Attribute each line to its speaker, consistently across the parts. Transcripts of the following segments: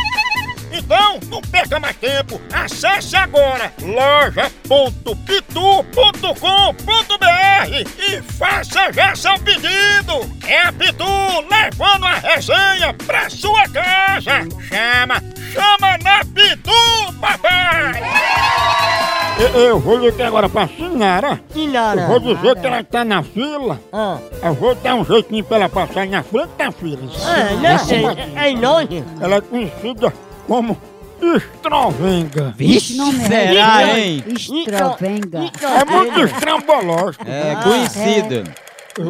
Speaker 1: Então, não perca mais tempo, acesse agora loja.pitu.com.br e faça já seu pedido. É a Pitu levando a resenha pra sua casa. Chama, chama na Pitu, papai! Eu, eu vou ligar agora pra Sinara.
Speaker 2: Sinara.
Speaker 1: Eu vou dizer que ela tá na fila.
Speaker 2: Ah.
Speaker 1: Eu vou dar um jeitinho pra ela passar na frente da fila.
Speaker 2: É, não sei. É longe.
Speaker 1: Ela é conhecida como estrovenga.
Speaker 3: Vixe, será, hein?
Speaker 4: é. Estrovenga.
Speaker 1: É muito estrambológico.
Speaker 3: É conhecido.
Speaker 1: É.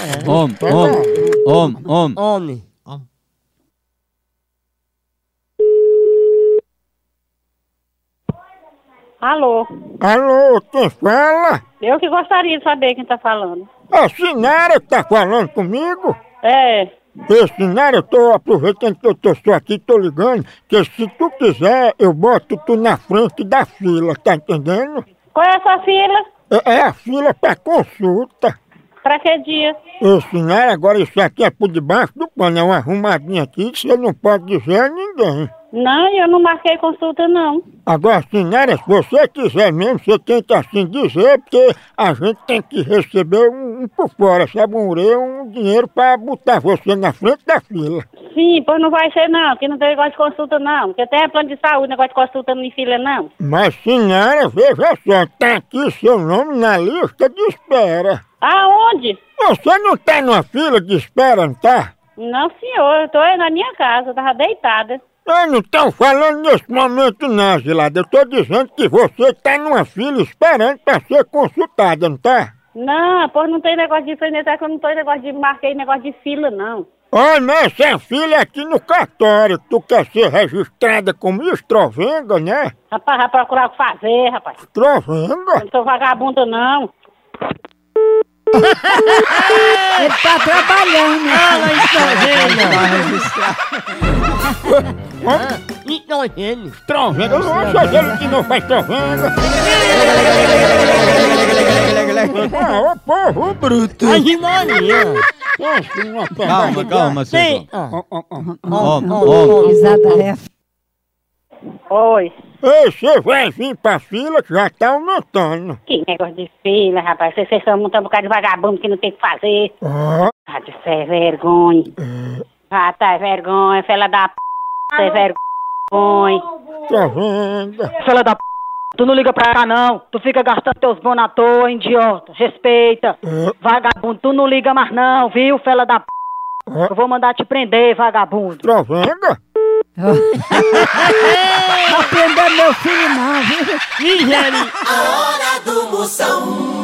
Speaker 3: É. Homem,
Speaker 1: Pega.
Speaker 3: homem, homem, homem.
Speaker 2: Homem.
Speaker 5: Alô,
Speaker 1: Alô, quem fala?
Speaker 5: eu que gostaria de saber quem tá falando.
Speaker 1: É a Sinara que tá falando comigo?
Speaker 5: É,
Speaker 1: Ô, Sinara, eu tô aproveitando que eu tô só aqui, tô ligando, que se tu quiser, eu boto tu na frente da fila, tá entendendo?
Speaker 5: qual é essa fila?
Speaker 1: É, é a fila pra consulta.
Speaker 5: Pra que dia?
Speaker 1: Ô, Sinara, agora isso aqui é por debaixo do pano, é uma arrumadinha aqui que você não pode dizer a ninguém.
Speaker 5: Não, eu não marquei consulta, não.
Speaker 1: Agora, Sinara, se você quiser mesmo, você tenta assim dizer, porque a gente tem que receber um, um por fora, sabe, um orelha, um dinheiro pra botar você na frente da fila.
Speaker 5: Sim, pois não vai ser, não, que não tem negócio de consulta, não. Porque tem plano de saúde, negócio de consulta não em fila, não.
Speaker 1: Mas, Sinara, veja só, tá aqui seu nome na lista de espera.
Speaker 5: Aonde?
Speaker 1: Você não tá numa fila de espera, não tá?
Speaker 5: Não, senhor, eu tô aí na minha casa, eu tava deitada.
Speaker 1: Eu não estão falando nesse momento não, Gilada. Eu tô dizendo que você tá numa fila esperando pra ser consultada, não tá?
Speaker 5: Não, pois não tem negócio de frente, até que eu não tô em negócio de marquei negócio de fila, não.
Speaker 1: Olha, nessa filha aqui no cartório, tu quer ser registrada como estrovenga, né?
Speaker 5: Rapaz, vai procurar o que fazer, rapaz. Eu
Speaker 1: Estrovenga?
Speaker 5: não sou vagabunda, não.
Speaker 3: Então,
Speaker 4: Ele tá
Speaker 3: é.
Speaker 4: trabalhando.
Speaker 2: Fala estrogênio.
Speaker 1: Hã?
Speaker 2: Estrogênio.
Speaker 1: Estrovenga? Eu não acho aquele que não faz estrovenga. Ah, ô povo bruto!
Speaker 2: A Gimorinha.
Speaker 1: Pensa numa
Speaker 3: Calma,
Speaker 1: pegada.
Speaker 3: calma,
Speaker 2: Tem.
Speaker 3: senhor.
Speaker 2: ó,
Speaker 1: Ó, ó, ó.
Speaker 3: Homem,
Speaker 2: ó,
Speaker 3: homem.
Speaker 4: Risada né? ref.
Speaker 5: Oi.
Speaker 1: Ei, você vai vir pra fila que já tá aumentando.
Speaker 5: Que negócio de fila, rapaz. Vocês são muito um bocado de vagabundo que não tem o que fazer.
Speaker 1: Ó,
Speaker 5: Ah, de ser vergonha. Ah, tá, é vergonha. Fela da p. Você é vergonha.
Speaker 1: estrovenga.
Speaker 5: Fela da p. Tu não liga pra cá, não. Tu fica gastando teus bons à toa, hein, idiota. Respeita. Vagabundo, tu não liga mais, não, viu, fela da p. Eu vou mandar te prender, vagabundo.
Speaker 1: Estrovenga?
Speaker 4: Não prenda meu filho não, viu?
Speaker 2: Nigéria.
Speaker 6: A hora do Moção.